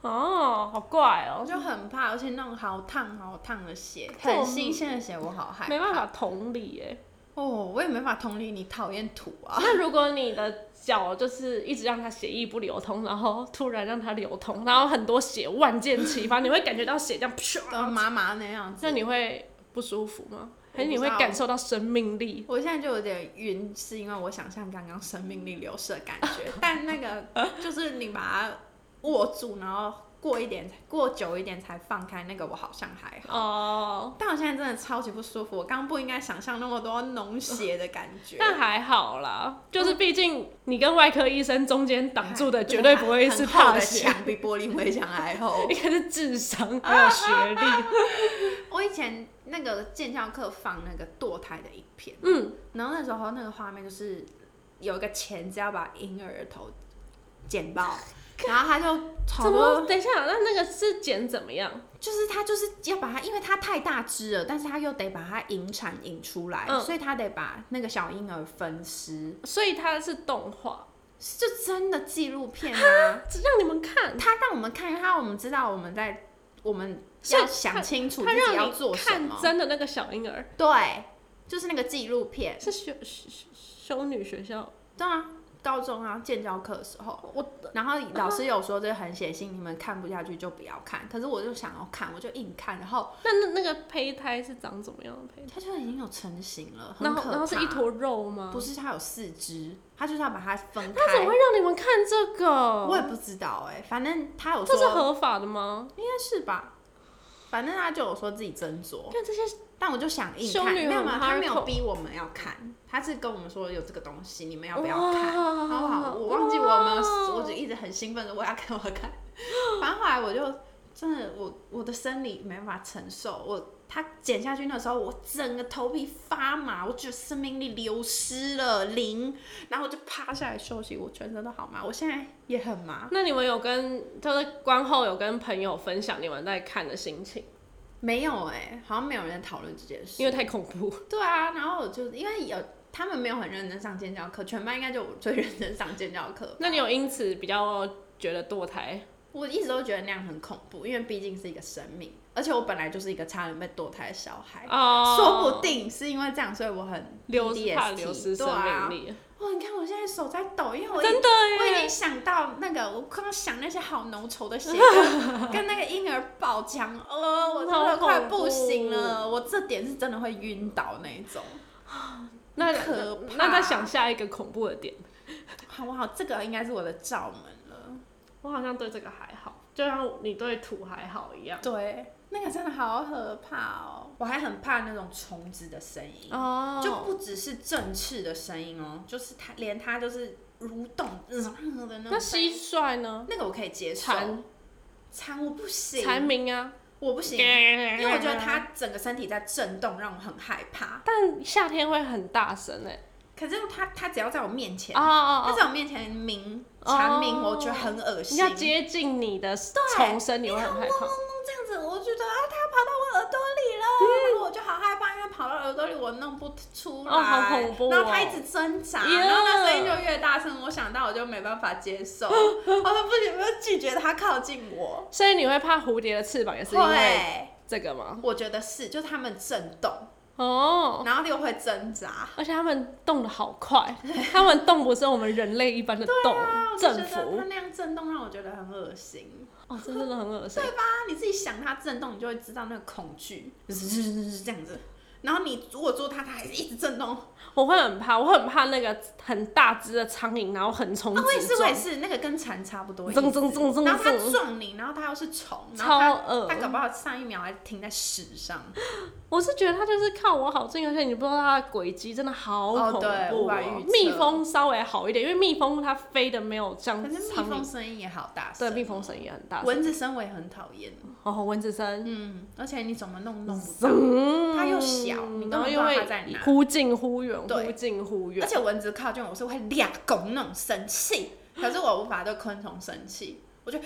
Speaker 1: 哦，好怪
Speaker 2: 我
Speaker 1: 哦，
Speaker 2: 就很怕，而且那种好烫好烫的血，
Speaker 1: 这种
Speaker 2: 很新鲜的血，我好害怕。
Speaker 1: 没办法同理哎。
Speaker 2: 哦，我也没法同理你讨厌土啊。
Speaker 1: 那如果你的脚就是一直让它血液不流通，然后突然让它流通，然后很多血万箭齐发，你会感觉到血这样啪
Speaker 2: 呃，麻麻那样子
Speaker 1: 那。你会不舒服吗？
Speaker 2: 我不知道
Speaker 1: 还是你会感受到生命力？
Speaker 2: 我现在就有点晕，是因为我想象刚刚生命力流失的感觉，但那个就是你把它握住，然后过一点，过久一点才放开，那个我好像还好。
Speaker 1: 哦，
Speaker 2: 但我现在真的超级不舒服，我刚刚不应该想象那么多脓血的感 觉。
Speaker 1: 但还好啦，就是毕竟你跟外科医生中间挡住的哎绝对不会是
Speaker 2: 很厚
Speaker 1: 怕
Speaker 2: 的
Speaker 1: 血，
Speaker 2: 墙，比玻璃围墙还厚。
Speaker 1: 应该是智商还有学历。
Speaker 2: 我以前那个建教课放那个堕胎的影片，
Speaker 1: 嗯，
Speaker 2: 然后那时候那个画面就是有一个钳子要把婴儿的头 剪爆，然后他就好
Speaker 1: 怎么？
Speaker 2: 多，
Speaker 1: 等一下，那那个是剪怎么样？
Speaker 2: 就是他就是要把它，因为它太大只了，但是他又得把它引产引出来，
Speaker 1: 嗯
Speaker 2: 所以他得把那个小婴儿分尸，
Speaker 1: 所以它是动画，
Speaker 2: 就真的纪录片啊。
Speaker 1: 只让你们看，
Speaker 2: 他让我们看，他让我们知道我们在我们
Speaker 1: 所以
Speaker 2: 要想清楚
Speaker 1: 它
Speaker 2: 自己
Speaker 1: 让
Speaker 2: 要
Speaker 1: 你
Speaker 2: 做什
Speaker 1: 看
Speaker 2: 么，
Speaker 1: 真的那个小婴儿
Speaker 2: 对，就是那个纪录片，
Speaker 1: 是修修修修女学校，
Speaker 2: 对啊。高中啊，建教课的时候，
Speaker 1: 我
Speaker 2: 然后老师有说这很血腥，你们看不下去就不要看。可是我就想要看，我就硬看，然后
Speaker 1: 那那那个胚胎是长怎么样的胚胎？
Speaker 2: 它就已经有成型了，很
Speaker 1: 然
Speaker 2: 可怕。
Speaker 1: 后然后是一，坨肉吗？
Speaker 2: 不是它有四肢，它就是要把它分
Speaker 1: 他怎么
Speaker 2: 开。
Speaker 1: 会让你们看这个？
Speaker 2: 我也不知道哎、反正他有
Speaker 1: 这
Speaker 2: 说
Speaker 1: 是合法的吗？
Speaker 2: 应该是吧，反正他就有说自己斟酌。
Speaker 1: 看这些
Speaker 2: 但我就想硬
Speaker 1: 修
Speaker 2: 看，
Speaker 1: 女
Speaker 2: 没有
Speaker 1: 很
Speaker 2: 嘛，他没有
Speaker 1: hardcore
Speaker 2: 逼我们要看，他是跟我们说有这个东西，你们要
Speaker 1: 哇，
Speaker 2: 不要看？然后好，我忘记我有没有，我就一直很兴奋的我要看，我要看。 反正后来我就真的，我我的生理没办法承受，我他剪下去那时候，我整个头皮发麻，我觉得生命力流失了零，然后我就趴下来休息，我全身都好麻，我现在也很麻，
Speaker 1: 那你们有跟就是观后有跟朋友分享你们在看的心情，
Speaker 2: 没有哎、好像没有人在讨论这件事
Speaker 1: 因。为太恐怖。
Speaker 2: 对啊，然后我就因为有他们没有很认真上建教课，全班应该就我最认真上建教 课。
Speaker 1: 那你有因此比较觉得堕胎？
Speaker 2: 我一直都觉得那样很恐怖，因为毕竟是一个生命，而且我本来就是一个差点被堕胎的小孩，
Speaker 1: 哦，
Speaker 2: 说不定是因为这样，所以我很
Speaker 1: 流
Speaker 2: PDST
Speaker 1: 怕流失生
Speaker 2: 对啊
Speaker 1: 命。力，
Speaker 2: 哇，你看我现在手在抖，因为我已
Speaker 1: 真的
Speaker 2: 我已
Speaker 1: 耶。
Speaker 2: 经想到那个，我刚刚想那些好浓 稠的血跟跟那个婴儿爆浆，呃，我真的快不行了，我这点是真的会晕倒那一种。
Speaker 1: 那
Speaker 2: 可怕
Speaker 1: 那再想下一个恐怖的点，
Speaker 2: 好不好？这个应该是我的罩门了。
Speaker 1: 我好像对这个还好，就像你对土还好一样。
Speaker 2: 对，那个真的好可怕哦！我还很怕那种虫子的声音，
Speaker 1: 哦
Speaker 2: 就不只是振翅的声音哦，就是它连它就是蠕动嗯的那
Speaker 1: 那
Speaker 2: 种声音
Speaker 1: 蟋蟀呢？
Speaker 2: 那个我可以接受，
Speaker 1: 蝉
Speaker 2: 蝉我不
Speaker 1: 蝉
Speaker 2: 行，
Speaker 1: 鸣啊，
Speaker 2: 我不行，因为我觉得它整个身体在震动，让我很害怕。
Speaker 1: 但夏天会很大声哎、
Speaker 2: 可是它它只要在我面前，
Speaker 1: 哦
Speaker 2: 它
Speaker 1: 哦哦，
Speaker 2: 在我面前鸣蝉鸣，
Speaker 1: 哦
Speaker 2: 我觉得很恶
Speaker 1: 你
Speaker 2: 心。
Speaker 1: 要接近你的重生，你会很害怕。
Speaker 2: 这样子，我觉得啊，它要跑到我耳朵里了，然后我就好害怕，因为跑到耳朵里我弄不出来，
Speaker 1: 哦好恐怖哦
Speaker 2: 然后它一直挣扎
Speaker 1: Yeah
Speaker 2: 然后那声音就越大声，我想到我就没办法 接受，我说不行，我就拒绝它靠近我。
Speaker 1: 所以你会怕蝴蝶的翅膀，也是因为
Speaker 2: 会，
Speaker 1: 这个吗？
Speaker 2: 我觉得是，就是它们震动，
Speaker 1: 哦，
Speaker 2: 然后又会挣扎。
Speaker 1: 而且他们动的好 快，他们动不是我们人类一般的动，
Speaker 2: 啊我就觉
Speaker 1: 振
Speaker 2: 得
Speaker 1: 幅
Speaker 2: 它那样震动让我觉得很恶心。
Speaker 1: 哦，这真的很恶心。
Speaker 2: 啊，你自己想它震动，你就会知道那个恐惧，是这样子。然后你如果做它，它还是一直震动。
Speaker 1: 我会很怕，我会很怕那个很大只的苍蝇，然后横冲
Speaker 2: 啊，我也
Speaker 1: 直
Speaker 2: 是，我也
Speaker 1: 撞，
Speaker 2: 是，那个跟蝉差不多意思。
Speaker 1: 蹭蹭蹭蹭
Speaker 2: 然后它
Speaker 1: 蹭，
Speaker 2: 撞你，然后它又是虫，然后
Speaker 1: 超
Speaker 2: 它
Speaker 1: 恶
Speaker 2: 它。搞不好上一秒还停在屎上。
Speaker 1: 我是觉得它就是靠我好近，而且你不知道它的轨迹真的好
Speaker 2: 哦
Speaker 1: 恐怖、啊
Speaker 2: 对无法预测
Speaker 1: 蜜蜂稍微好一点，因为蜜蜂它飞的没有像
Speaker 2: 可是蜜
Speaker 1: 嗯苍
Speaker 2: 蜂
Speaker 1: 蝇，
Speaker 2: 声音也好大声，
Speaker 1: 对，
Speaker 2: 哦
Speaker 1: 蜜蜂声音也很大声。
Speaker 2: 蚊子声我也很讨厌。
Speaker 1: 哦，蚊子声，
Speaker 2: 嗯，而且你怎么弄弄不到，
Speaker 1: 嗯
Speaker 2: 它又小你根本
Speaker 1: 然后
Speaker 2: 不知
Speaker 1: 又
Speaker 2: 道
Speaker 1: 会
Speaker 2: 它在哪
Speaker 1: 忽近忽远，
Speaker 2: 对
Speaker 1: 忽近忽
Speaker 2: 而
Speaker 1: 远。
Speaker 2: 且蚊子靠近我是会俩拱那种 生气，可是我无法对昆虫生气，我就呀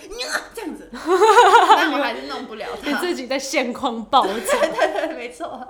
Speaker 2: 这样子，但我还是弄不了
Speaker 1: 你
Speaker 2: 它。
Speaker 1: 自己在现况暴走，
Speaker 2: 对对， 没错。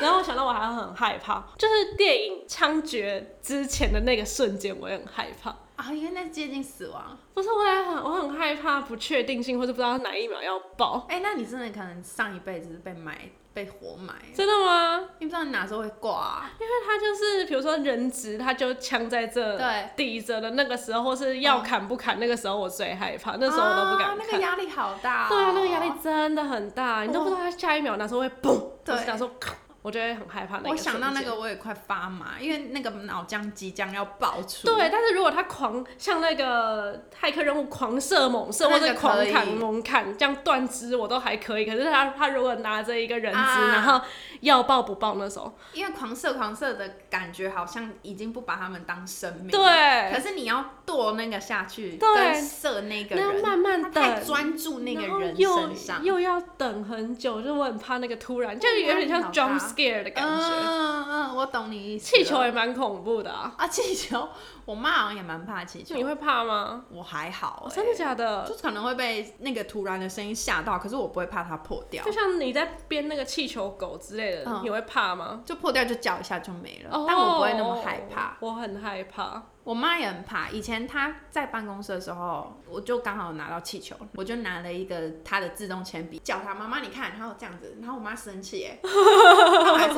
Speaker 1: 然后我想到我还很害怕，就是电影枪决之前的那个瞬间，我也很害怕。
Speaker 2: 啊，因为那接近死亡。
Speaker 1: 不是，我也很我很害怕不确定性，或者不知道哪一秒要爆。
Speaker 2: 哎、那你真的可能上一辈子是被埋，被活埋，
Speaker 1: 真的吗？
Speaker 2: 你不知道你哪时候会挂、啊。
Speaker 1: 因为他就是，比如说人质，他就枪在这
Speaker 2: 对嗯
Speaker 1: 抵着的那个时候，或是要砍不砍，那个时候我最害怕， 那时候我都不
Speaker 2: 啊
Speaker 1: 敢
Speaker 2: 那个
Speaker 1: 看。
Speaker 2: 压力好大、 哦
Speaker 1: 对啊，那个压力。真的很大，你都不知道他下一秒哪时候会嘣，
Speaker 2: 对
Speaker 1: 我是想说，咔我就会很害怕那个。
Speaker 2: 我想到那个，。我也快发麻，因为那个脑浆即将要爆出。
Speaker 1: 对，但是如果他狂像那个骇客任务狂射猛射，
Speaker 2: 那
Speaker 1: 或
Speaker 2: 个
Speaker 1: 者狂
Speaker 2: 可以
Speaker 1: 砍猛砍，这样断肢我都还可以。可是他他如果拿着一个人质，
Speaker 2: 啊
Speaker 1: 然后要爆不爆那时候，
Speaker 2: 因为狂射狂射的感觉好像已经不把他们当生命。。可
Speaker 1: 对，
Speaker 2: 是你要剁那个下去，
Speaker 1: 对
Speaker 2: 跟射那个
Speaker 1: 那要
Speaker 2: 人，
Speaker 1: 慢慢
Speaker 2: 他太
Speaker 1: 等，
Speaker 2: 专注那个
Speaker 1: 然后
Speaker 2: 人
Speaker 1: 又
Speaker 2: 身上，
Speaker 1: 又要等很久，就我很怕那个突然，就
Speaker 2: 那
Speaker 1: 有
Speaker 2: 压力
Speaker 1: 点像
Speaker 2: 好大
Speaker 1: jump scare 的感觉。
Speaker 2: 嗯嗯，我懂你意思了。
Speaker 1: 气球也蛮恐怖的啊，
Speaker 2: 啊，气球，我妈好像也蛮怕气球
Speaker 1: 你，会怕吗？
Speaker 2: 我还好、
Speaker 1: 哦
Speaker 2: 欸，
Speaker 1: 真的假的
Speaker 2: 就？可能会被那个突然的声音吓到，可是我不会怕它破掉
Speaker 1: 就，像你在编那个气球狗之类的，
Speaker 2: 嗯
Speaker 1: 你会怕吗？
Speaker 2: 就破掉就叫一下就没了。
Speaker 1: 哦
Speaker 2: 但我不会那么害怕。，
Speaker 1: 我很害怕。
Speaker 2: 我妈也很怕。以前她在办公室的时候，我就刚好拿到气球，我就拿了一个她的自动铅笔，叫她妈妈你看，然后这样子，然后我妈生气 哎，然后我还是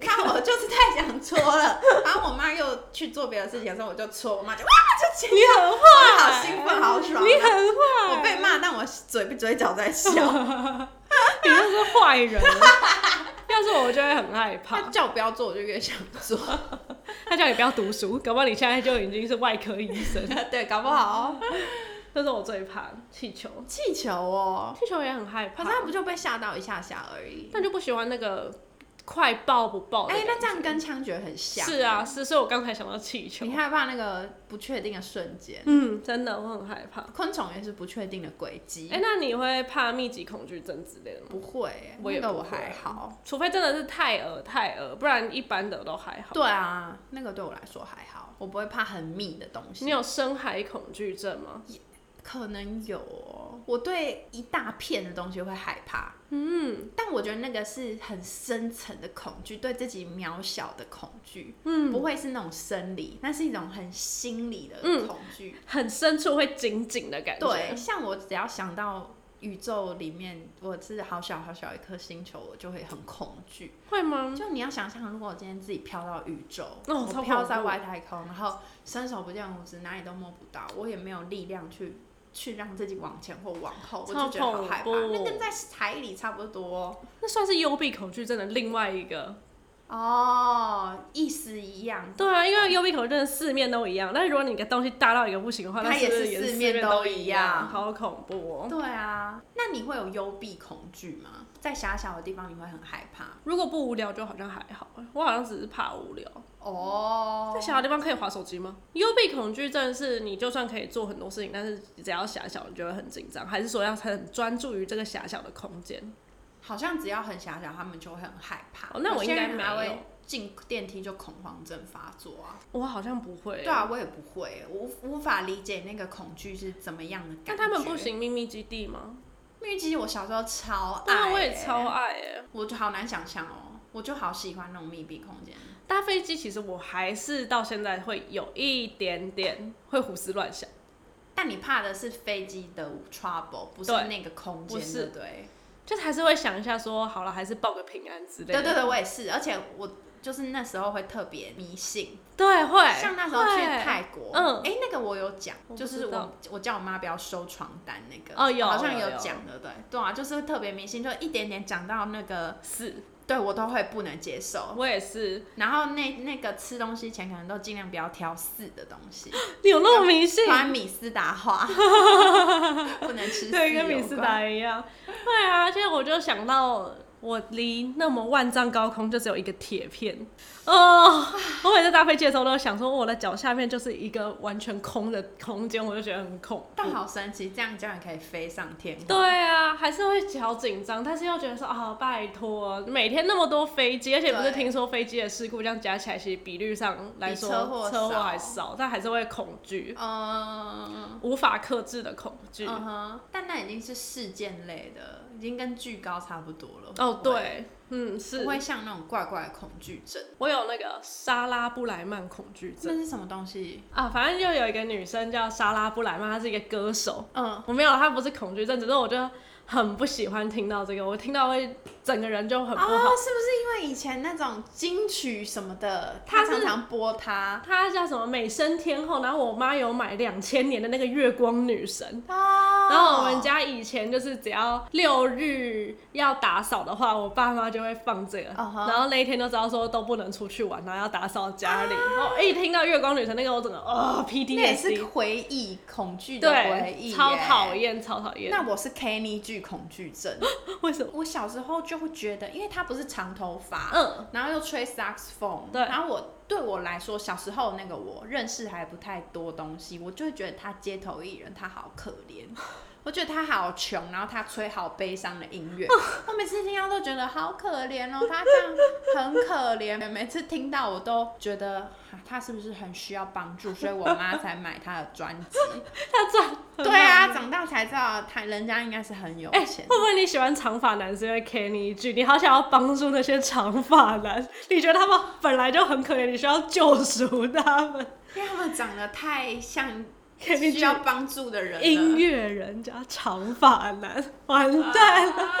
Speaker 2: 看我就是太想戳了，然后我妈又去做别的事情的时候，我就戳，我妈就哇就尖
Speaker 1: 你很
Speaker 2: 叫，我就
Speaker 1: 坏，
Speaker 2: 好兴奋好爽，啊
Speaker 1: 你很坏，
Speaker 2: 我被骂，但我嘴不嘴角在笑。
Speaker 1: 你就是坏人。 要是我，就会很害怕
Speaker 2: 他。叫我不要做，我就越想做。
Speaker 1: 他叫你不要读书，搞不好你现在就已经是外科医生。
Speaker 2: 对，搞不好、哦、
Speaker 1: 这是我最怕气球，
Speaker 2: 气球哦，
Speaker 1: 气球也很害
Speaker 2: 可
Speaker 1: 怕
Speaker 2: 是，他不就被吓到一下下而已。
Speaker 1: 但就不喜欢那个快爆不爆的
Speaker 2: 哎、
Speaker 1: 感觉。
Speaker 2: 那这样跟枪决很像。
Speaker 1: 是啊，，是，所以我刚才想到气球
Speaker 2: 你。害怕那个不确定的瞬间，
Speaker 1: 嗯，真的，我很害怕。
Speaker 2: 昆虫也是不确定的轨迹。
Speaker 1: 哎、那你会怕密集恐惧症之类的吗？
Speaker 2: 不会欸，
Speaker 1: 我也
Speaker 2: 那个
Speaker 1: 不
Speaker 2: 我
Speaker 1: 会
Speaker 2: 还好。
Speaker 1: 除非真的是太恶太恶，不然一般的都还好。
Speaker 2: 对啊，那个对我来说还好，我不会怕很密的东
Speaker 1: 你
Speaker 2: 西。
Speaker 1: 有深海恐惧症吗？
Speaker 2: 可能有哦，我对一大片的东西会害怕。嗯，但我觉得那个是很深层的恐惧，对自己渺小的恐惧。
Speaker 1: 嗯，
Speaker 2: 不会是那种生理，那是一种很心理的
Speaker 1: 嗯
Speaker 2: 恐惧。
Speaker 1: 很深处会紧紧的感觉。
Speaker 2: 对，，像我只要想到宇宙里面我是好小好小一颗星球，我就会很恐惧。
Speaker 1: 会吗？
Speaker 2: 就你要想象，如果我今天自己飘到宇宙，
Speaker 1: 哦超
Speaker 2: 我飘
Speaker 1: 恐
Speaker 2: 在
Speaker 1: 怖
Speaker 2: 外太空，然后伸手不见五指，哪里都摸不到，我也没有力量去。去让自己往前或往后，我就觉得好害
Speaker 1: 超。恐
Speaker 2: 怕
Speaker 1: 怖哦
Speaker 2: 那跟在海里差不多
Speaker 1: 那算是幽闭恐惧症的另外一个
Speaker 2: 哦，意思一样。
Speaker 1: 对啊，因为幽闭口真的四面都一样，但是如果你的东西大到一个不行的话，
Speaker 2: 它
Speaker 1: 那是不是
Speaker 2: 也是
Speaker 1: 也
Speaker 2: 四
Speaker 1: 四
Speaker 2: 面
Speaker 1: 面
Speaker 2: 都一
Speaker 1: 一
Speaker 2: 样
Speaker 1: 好恐怖哦！
Speaker 2: 对啊，那你会有幽闭恐惧吗？在狭小的地方你会很害怕
Speaker 1: 如果不无聊，就好像还好，我好像只是怕无聊。
Speaker 2: 哦
Speaker 1: 在。小的地方可以划手机吗？幽闭恐惧症是你就算可以做很多事情，但是只要狭小，你就会很紧张，还是说要很专注于这个狭小的空间？
Speaker 2: 好像只要很狭小，他们就会很害怕。
Speaker 1: 哦那我
Speaker 2: 有些人
Speaker 1: 应该
Speaker 2: 还
Speaker 1: 没有
Speaker 2: 会进电梯就恐慌症发作啊。
Speaker 1: 我好像不会。
Speaker 2: 对啊，我也不会，我无无法理解那个恐惧是怎么样的
Speaker 1: 那
Speaker 2: 感觉。
Speaker 1: 他们不。行秘密基地吗？
Speaker 2: 蜜姬，我小时候超爱、欸
Speaker 1: 对啊，我也超，爱哎、
Speaker 2: 我就好难想象哦，我就好喜欢那种密闭空间。
Speaker 1: 搭飞机其实我还是到现在会有一点点会胡思乱想。
Speaker 2: 但你怕的是飞机的 trouble，不是
Speaker 1: 对
Speaker 2: 那个空
Speaker 1: 不
Speaker 2: 间，
Speaker 1: 是
Speaker 2: 对不对？
Speaker 1: 就是还是会想一下说，好了，还是报个平安之类
Speaker 2: 对
Speaker 1: 的。
Speaker 2: 对对，我也是，而且我就是那时候会特别迷信，
Speaker 1: 对会。
Speaker 2: 像那时候去
Speaker 1: 会
Speaker 2: 泰国，
Speaker 1: 嗯
Speaker 2: 哎、那个我有讲
Speaker 1: 我，不
Speaker 2: 就
Speaker 1: 知
Speaker 2: 是
Speaker 1: 道
Speaker 2: 我我叫我妈不要收床单那个，
Speaker 1: 哦有
Speaker 2: 好像
Speaker 1: 有有
Speaker 2: 讲的，对对啊，就是特别迷信，就一点点讲到那个，
Speaker 1: 是，
Speaker 2: 对我都会不能接受。
Speaker 1: 我也是。
Speaker 2: 然后那那个吃东西前可能都尽量不要挑四的东西，
Speaker 1: 你有那么迷信？
Speaker 2: 穿米斯 达花，不能吃四
Speaker 1: 对，跟
Speaker 2: 有
Speaker 1: 米斯
Speaker 2: 关
Speaker 1: 达一样。 对啊，现在我就想到我离那么万丈高空就只有一个铁片，哦，我每次搭飞机的时候都想说，我的脚下面就是一个完全空的空间，我就觉得很恐怖
Speaker 2: 但。好神奇，这样竟然可以飞上天空。
Speaker 1: 对啊，还是会好紧张，但是又觉得说啊，拜托，每天那么多飞机，而且不是
Speaker 2: 对
Speaker 1: 听说飞机的事故，这样加起来，其实比率上来
Speaker 2: 比
Speaker 1: 说，
Speaker 2: 车祸
Speaker 1: 车祸
Speaker 2: 少
Speaker 1: 还少，但还是会恐惧，
Speaker 2: 嗯
Speaker 1: 无法克制的恐惧。
Speaker 2: 嗯哼，但那已经是事件类的，已经跟巨高差不多了。
Speaker 1: 哦，
Speaker 2: 不会，
Speaker 1: 对，嗯，是
Speaker 2: 不会像那种怪怪的恐惧症。
Speaker 1: 我有那个莎拉布莱曼恐惧
Speaker 2: 那
Speaker 1: 症
Speaker 2: 是什么东西？
Speaker 1: 啊，反正就有一个女生叫莎拉布莱曼，她是一个歌手。
Speaker 2: 嗯，
Speaker 1: 我没有，她不是恐惧症，只是我就很不喜欢听到这个，我听到会整个人就很不好。
Speaker 2: 哦，是不是因为以前那种金曲什么的，
Speaker 1: 它
Speaker 2: 他
Speaker 1: 是
Speaker 2: 常常播它
Speaker 1: 她叫什么美声天后，然后我妈有买两千年的那个月光女神。
Speaker 2: 哦
Speaker 1: 然后我们家以前就是只要六日要打扫的话，我爸妈就会放这个
Speaker 2: 嗯哼
Speaker 1: 然后那一天就知道说都不能出去玩，然后要打扫家里。然后一听到月光女神那个，我整个哦 P D
Speaker 2: 啊那也
Speaker 1: S
Speaker 2: 是
Speaker 1: D，
Speaker 2: 回忆恐惧的回
Speaker 1: 对，
Speaker 2: 忆，
Speaker 1: 超讨。厌，超讨厌。
Speaker 2: 那我是 Kenny 剧恐惧症，
Speaker 1: 为什么？
Speaker 2: 我小时候就会觉得，因为他不是长头发，
Speaker 1: 嗯，
Speaker 2: 然后又吹 saxophone，
Speaker 1: 对
Speaker 2: 然后我对我来说，小时候那个我认识还不太多东西，我就会觉得他街头艺人，他好可怜，我觉得他好穷，然后他吹好悲伤的音乐，我每次听到都觉得好可怜哦，他这样很可怜，每次听到我都觉得、啊他是不是很需要帮助，所以我妈才买他的专辑。
Speaker 1: 他赚
Speaker 2: 对啊，长大才知道他人家应该是很有
Speaker 1: 哎、
Speaker 2: 钱。
Speaker 1: 会不会你喜欢长发男是因为 Kenny 一句，你好想要帮助那些长发男？ 你觉得他们本来就很可怜，你需要救赎他 们？
Speaker 2: 因为他们长得太像
Speaker 1: Kenny
Speaker 2: 需要帮助的人了
Speaker 1: 音乐人加长发男，完蛋了！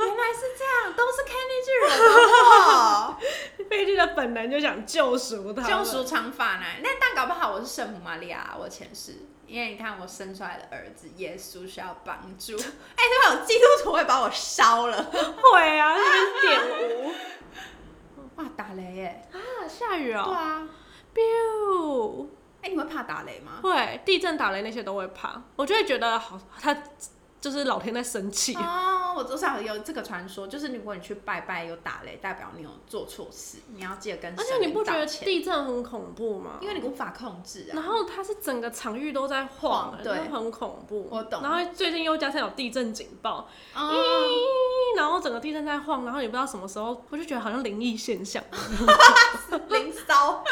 Speaker 2: 原来是这样，都是 Kenny 巨人哦，
Speaker 1: 飞机的本能就想救赎他们，
Speaker 2: 救赎长发男。那但搞不好我是圣母玛利亚，我前世，因为你看我生出来的儿子耶稣需要帮 助。哎、这种基督徒会把我烧了。
Speaker 1: 会 啊，那边点
Speaker 2: 哇，打雷耶！
Speaker 1: 五啊，下雨
Speaker 2: 对
Speaker 1: 哦、
Speaker 2: 啊，
Speaker 1: biu。
Speaker 2: 哎、你会怕打雷吗？
Speaker 1: 会，地震、打雷那些都会怕，我就会觉得好，他就是老天在生气。
Speaker 2: 哦，我至少有这个传说，就是如果你去拜拜有打雷，代表你有做错事，你要记得跟
Speaker 1: 而且
Speaker 2: 神
Speaker 1: 你
Speaker 2: 明
Speaker 1: 不觉
Speaker 2: 道
Speaker 1: 得
Speaker 2: 歉，
Speaker 1: 地震很恐怖吗？
Speaker 2: 因为你无法控制啊。
Speaker 1: 然后它是整个场域都在晃，
Speaker 2: 晃
Speaker 1: 就
Speaker 2: 对
Speaker 1: 很恐怖。
Speaker 2: 我懂
Speaker 1: 然后最近又加上有地震警报，
Speaker 2: 嗯，
Speaker 1: 然后整个地震在晃，然后也不知道什么时候，我就觉得好像灵异现象。
Speaker 2: 灵骚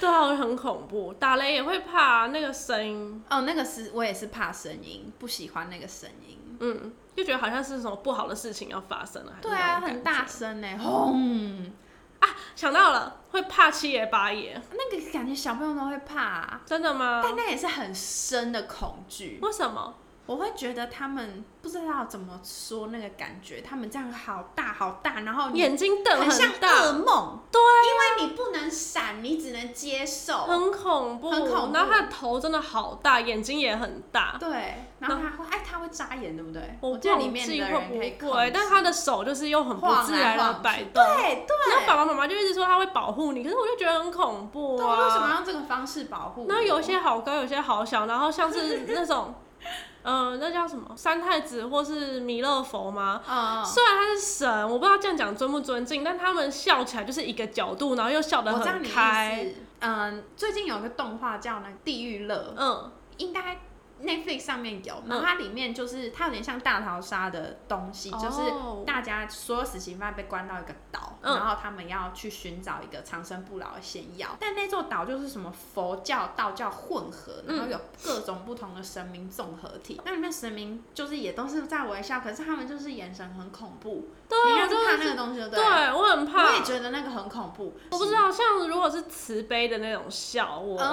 Speaker 1: 对啊，我就很恐怖，打雷也会怕那个声音，
Speaker 2: 哦，那个是我也是怕声音，不喜欢那个声音。
Speaker 1: 嗯，就觉得好像是什么不好的事情要发生了。还是
Speaker 2: 对啊，
Speaker 1: 那种感觉嗯
Speaker 2: 很大声呢、轰！
Speaker 1: 想到了，会怕七爷八爷，
Speaker 2: 那个感觉小朋友都会怕、啊
Speaker 1: 真的吗？
Speaker 2: 但那也是很深的恐惧。
Speaker 1: 为什么？
Speaker 2: 我会觉得他们不知道怎么说那个感觉，他们这样好大好大，然后你
Speaker 1: 眼睛瞪
Speaker 2: 嗯很像
Speaker 1: 大，
Speaker 2: 噩梦，
Speaker 1: 对啊
Speaker 2: 对，因为你不能闪，你只能接受。
Speaker 1: 很恐怖，
Speaker 2: 很恐怖
Speaker 1: 然后他的头真的好大，眼睛也很大，
Speaker 2: 对，然后他会，哎，他会眨眼，对不对？
Speaker 1: 我
Speaker 2: 记得
Speaker 1: 忘
Speaker 2: 里面
Speaker 1: 记
Speaker 2: 的
Speaker 1: 会
Speaker 2: 人
Speaker 1: 不
Speaker 2: 可以控
Speaker 1: 会，但
Speaker 2: 制
Speaker 1: 他的手就是又很不
Speaker 2: 晃
Speaker 1: 自
Speaker 2: 来
Speaker 1: 然的
Speaker 2: 晃
Speaker 1: 摆
Speaker 2: 去
Speaker 1: 动。
Speaker 2: 对对，
Speaker 1: 然后爸爸妈妈就一直说他会保护你，可是我就觉得很恐怖
Speaker 2: 对，为什么
Speaker 1: 啊。
Speaker 2: 要用这个方式保护我？
Speaker 1: 然后有些好高，有些好小，然后像是那 种，呃，那叫什么三太子或是弥勒佛吗？
Speaker 2: 嗯，嗯
Speaker 1: 虽然他是神，我不知道这样讲尊不尊敬，但他们笑起来就是一个角度，然后又笑得
Speaker 2: 我知道
Speaker 1: 很
Speaker 2: 你的
Speaker 1: 开
Speaker 2: 意。思。嗯，最近有一个动画叫那《地狱乐》，
Speaker 1: 嗯，
Speaker 2: 应该 Netflix 上面有，然后它里面就是它有点像大逃杀的东西，就是
Speaker 1: 哦
Speaker 2: 大家所有死刑犯被关到一个岛，
Speaker 1: 嗯
Speaker 2: 然后他们要去寻找一个长生不老的仙药，但那座岛就是什么佛教、道教混合，
Speaker 1: 嗯
Speaker 2: 然后有各种不同的神明综合体，那里面神明就是也都是在微笑，可是他们就是眼神很恐怖，你应
Speaker 1: 对，我真
Speaker 2: 该是怕
Speaker 1: 的
Speaker 2: 那
Speaker 1: 是，
Speaker 2: 个东西就
Speaker 1: 对
Speaker 2: 对了。
Speaker 1: 我很怕。
Speaker 2: 我也觉得那个很恐怖，
Speaker 1: 我不知道，像如果是慈悲的那种笑，我 OK，、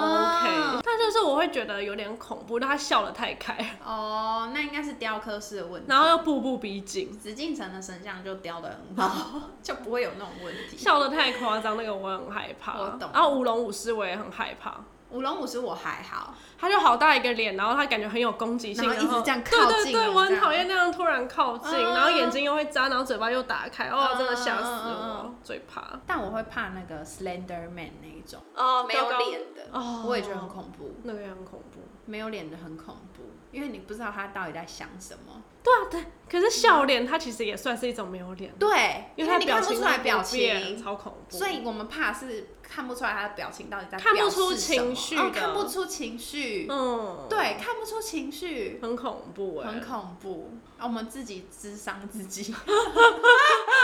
Speaker 2: 嗯
Speaker 1: 但就是我会觉得有点恐怖，但他笑的太开，
Speaker 2: 哦，那应该是雕刻师的问题。
Speaker 1: 然后又步步逼近，
Speaker 2: 紫禁城的神像就雕的很好， 就不会有那种问题。
Speaker 1: 笑的太夸张，那个我很害怕。
Speaker 2: 我懂
Speaker 1: 然后舞龙舞狮我也很害怕，
Speaker 2: 舞龙舞狮我还好，
Speaker 1: 他就好大一个脸，然后他感觉很有攻击性，
Speaker 2: 然后一直这样靠
Speaker 1: 对对
Speaker 2: 近
Speaker 1: 对，
Speaker 2: 你
Speaker 1: 我很
Speaker 2: 这样
Speaker 1: 讨厌那样突然靠近，
Speaker 2: 嗯
Speaker 1: 然后眼睛又会眨，然后嘴巴又打开，哦，
Speaker 2: 嗯
Speaker 1: 真的吓死
Speaker 2: 嗯嗯
Speaker 1: 我
Speaker 2: 嗯，
Speaker 1: 最怕。
Speaker 2: 但我会怕那个 Slender Man 那一种，
Speaker 1: 哦
Speaker 2: 没有，脸的，
Speaker 1: 哦
Speaker 2: 我也觉得很恐怖。
Speaker 1: 那个也很恐怖。
Speaker 2: 没有脸的很恐怖，因为你不知道他到底在想什么。
Speaker 1: 对啊，对，可是笑脸它其实也算是一种没有脸，
Speaker 2: 对，
Speaker 1: 因
Speaker 2: 因
Speaker 1: 为它
Speaker 2: 你看
Speaker 1: 表
Speaker 2: 不
Speaker 1: 情
Speaker 2: 出来
Speaker 1: 会
Speaker 2: 表
Speaker 1: 不变
Speaker 2: 情，
Speaker 1: 超恐怖。
Speaker 2: 所以我们怕是看不出来他的表情到底在
Speaker 1: 看不
Speaker 2: 表示
Speaker 1: 出
Speaker 2: 什么
Speaker 1: 情绪
Speaker 2: 哦，
Speaker 1: 的
Speaker 2: 看不出情绪，
Speaker 1: 嗯，，
Speaker 2: 对，看不出情绪，
Speaker 1: 很恐怖哎、
Speaker 2: 很恐怖。啊我们自己智商自己，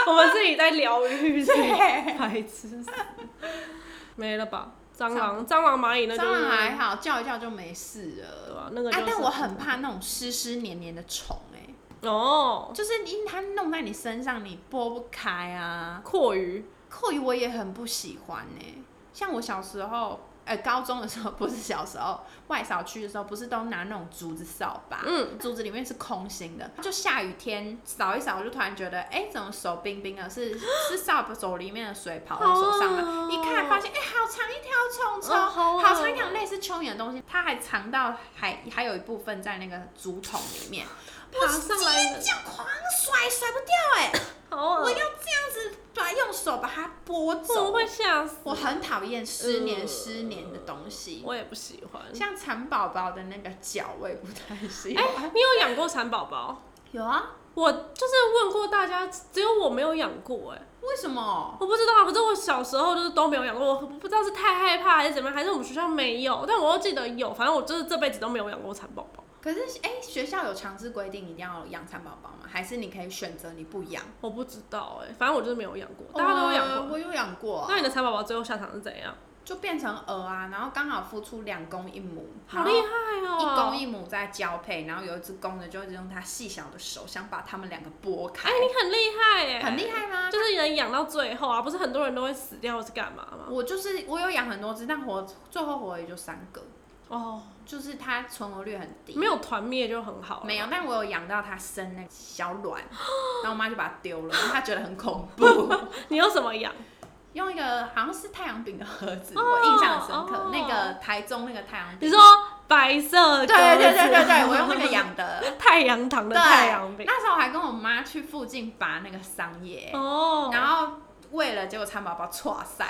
Speaker 1: 我们自己在疗愈自己，
Speaker 2: 对
Speaker 1: 白痴死，没了吧？蟑螂、蟑螂、蚂蚁那就
Speaker 2: 蟑
Speaker 1: 是
Speaker 2: 螂还好，叫一叫就没事
Speaker 1: 对
Speaker 2: 了。
Speaker 1: 吧？那个就
Speaker 2: 啊
Speaker 1: 是、，
Speaker 2: 但我很怕那种湿湿黏黏的虫，哎，
Speaker 1: 哦，
Speaker 2: 就是因为它弄在你身上，你拨不开啊。
Speaker 1: 阔鱼
Speaker 2: 扣鱼我也很不喜欢呢、像我小时候，呃，高中的时候不是小时候，外扫区的时候不是都拿那种竹子扫把，
Speaker 1: 嗯，
Speaker 2: 竹子里面是空心的，就下雨天扫一扫，我就突然觉得，哎、怎么手冰冰的？是 是扫把手里面的水跑到手上
Speaker 1: 好恶哦
Speaker 2: 吗？一看发现，哎、好长一条虫虫，
Speaker 1: 哦好恶
Speaker 2: 好长一条类似蚯蚓的东西，它还藏到还还有一部分在那个竹筒里面，
Speaker 1: 爬上来的
Speaker 2: 这，样狂甩甩不掉、哎。
Speaker 1: 好恶
Speaker 2: 我要这样子把用手把它拨
Speaker 1: 我
Speaker 2: 走。
Speaker 1: 会吓死，
Speaker 2: 我很讨厌失黏失黏的东西，
Speaker 1: 我也不喜欢。
Speaker 2: 像蚕宝宝的那个脚我也不太喜
Speaker 1: 哎、
Speaker 2: 欢。
Speaker 1: 你有养过蚕宝宝？
Speaker 2: 有啊？
Speaker 1: 我就是问过大家，只有我没有养过、哎，
Speaker 2: 为什么？
Speaker 1: 我不知道，可是我小时候就是都没有养过，我不知道是太害怕还是怎么样，还是我们学校没有，但我又记得有，反正我就是这辈子都没有养过蚕宝宝，
Speaker 2: 可是哎、学校有强制规定一定要养蚕宝宝吗？还是你可以选择你不养？
Speaker 1: 我不知道哎、反正我就是没有养过，大家都有养
Speaker 2: 呃
Speaker 1: 过。
Speaker 2: 我有养过啊、
Speaker 1: 那你的蚕宝宝最后下场是怎样？
Speaker 2: 就变成鹅啊，然后刚好孵出两公一母，
Speaker 1: 好厉害
Speaker 2: 然后一
Speaker 1: 哦、
Speaker 2: 公一母在交配，然后有一只公的就一直用它细小的手想把它们两个拨开，
Speaker 1: 哎、你很厉害哎、
Speaker 2: 很厉害欸吗？
Speaker 1: 就是能养到最后啊，不是很多人都会死掉或是干嘛吗？
Speaker 2: 我就是我有养很多只，但活最后活也就三个，
Speaker 1: 哦，
Speaker 2: 就是它存活率很低。
Speaker 1: 没有团灭就很好了。
Speaker 2: 没有，但我有养到它生那个小 卵，然后我妈就把它丢了，因为她觉得很恐 怖。
Speaker 1: 你用什么养？
Speaker 2: 用一个好像是太阳饼的盒子，我印象很深刻。
Speaker 1: 哦
Speaker 2: 那个台中那个太阳饼，
Speaker 1: 你说白色
Speaker 2: 对
Speaker 1: 鸽子
Speaker 2: 对对对对，我用那个养 的。
Speaker 1: 太阳糖的
Speaker 2: 对，
Speaker 1: 太阳饼。
Speaker 2: 那时候我还跟我妈去附近拔那个桑叶，
Speaker 1: 哦，
Speaker 2: 然后为了结果蚕宝宝 错塞，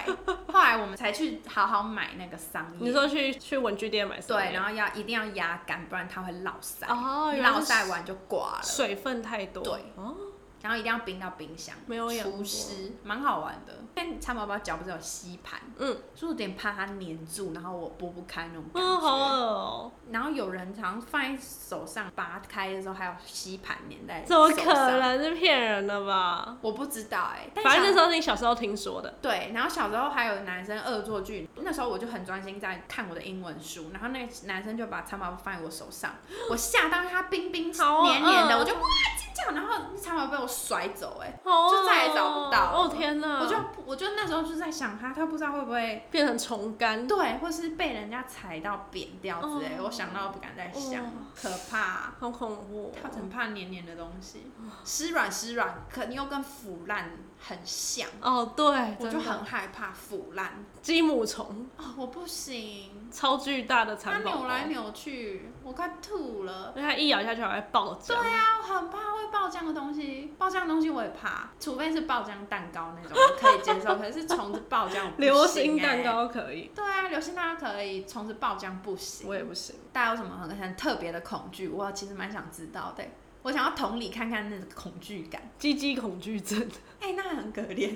Speaker 2: 后来我们才去好好买那个桑叶。
Speaker 1: 你说去去文具店买什么？
Speaker 2: 对，然后要一定要压干，不然它会落晒。
Speaker 1: 哦原来是
Speaker 2: 落晒完就挂了。
Speaker 1: 水分太多。
Speaker 2: 对
Speaker 1: 哦，
Speaker 2: 然后一定要冰到冰箱，
Speaker 1: 没有养
Speaker 2: 除
Speaker 1: 过
Speaker 2: 湿，蛮好玩的。但蚕宝宝脚不是有吸盘，
Speaker 1: 嗯，
Speaker 2: 所以我有点怕它粘住，然后我拨不开那种感
Speaker 1: 哦，
Speaker 2: 觉。
Speaker 1: 好恶哦、
Speaker 2: 然后有人常放在手上拔开的时候，还有吸盘粘在
Speaker 1: 怎么
Speaker 2: 手
Speaker 1: 可
Speaker 2: 上？
Speaker 1: 能？是骗人的吧？
Speaker 2: 我不知道哎、但
Speaker 1: 反正那
Speaker 2: 小
Speaker 1: 时候是你小时候听说的。
Speaker 2: 对，然后小时候还有男生恶作剧，那时候我就很专心在看我的英文书，然后那个男生就把蚕宝宝放在我手 上，我吓到他冰冰
Speaker 1: 好
Speaker 2: 黏黏的，
Speaker 1: 恶
Speaker 2: 我就哇尖叫，然后蚕宝宝被我甩走、哎，
Speaker 1: 哦
Speaker 2: 就再也找不到了
Speaker 1: 哦天哪！
Speaker 2: 我就我就那时候就在想他，他不知道会不会
Speaker 1: 变成虫干。
Speaker 2: 对，或是被人家踩到扁掉之类，
Speaker 1: 哦
Speaker 2: 我想到都不敢再想，
Speaker 1: 哦
Speaker 2: 可怕、
Speaker 1: 好恐怖、哦
Speaker 2: 他很怕黏黏的东西，湿软湿软，可又跟腐烂很像，
Speaker 1: 哦，对，
Speaker 2: 我
Speaker 1: 真
Speaker 2: 就
Speaker 1: 的
Speaker 2: 很害怕腐烂
Speaker 1: 鸡母虫，
Speaker 2: 哦，我不行，
Speaker 1: 超巨大的
Speaker 2: 它
Speaker 1: 蚕宝
Speaker 2: 扭
Speaker 1: 宝，
Speaker 2: 来扭去，我快吐了。
Speaker 1: 因为它一咬下去还会爆浆。
Speaker 2: 对啊，我很怕会爆浆的东西，爆浆的东西我也怕，除非是爆浆蛋糕 那种我可以接受，可是虫子爆浆我不行、欸。
Speaker 1: 流心蛋。糕可以，
Speaker 2: 对啊，流心蛋糕可以，虫子爆浆不行。
Speaker 1: 我也不行。
Speaker 2: 大家有什么很很特别的恐惧？我其实蛮想知道的，我想要同理看看那个恐惧感。
Speaker 1: 鸡鸡恐惧症，
Speaker 2: 哎、那很可 怜。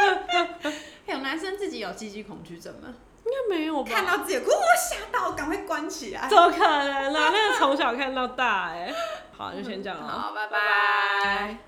Speaker 2: 哎有男生自己有鸡鸡恐惧症吗？
Speaker 1: 应该没有吧？
Speaker 2: 看到自己，哇，吓到，赶快关起来。
Speaker 1: 怎么欸可能啊？那个从小看到大哎、好，就先这样了。
Speaker 2: 好，拜拜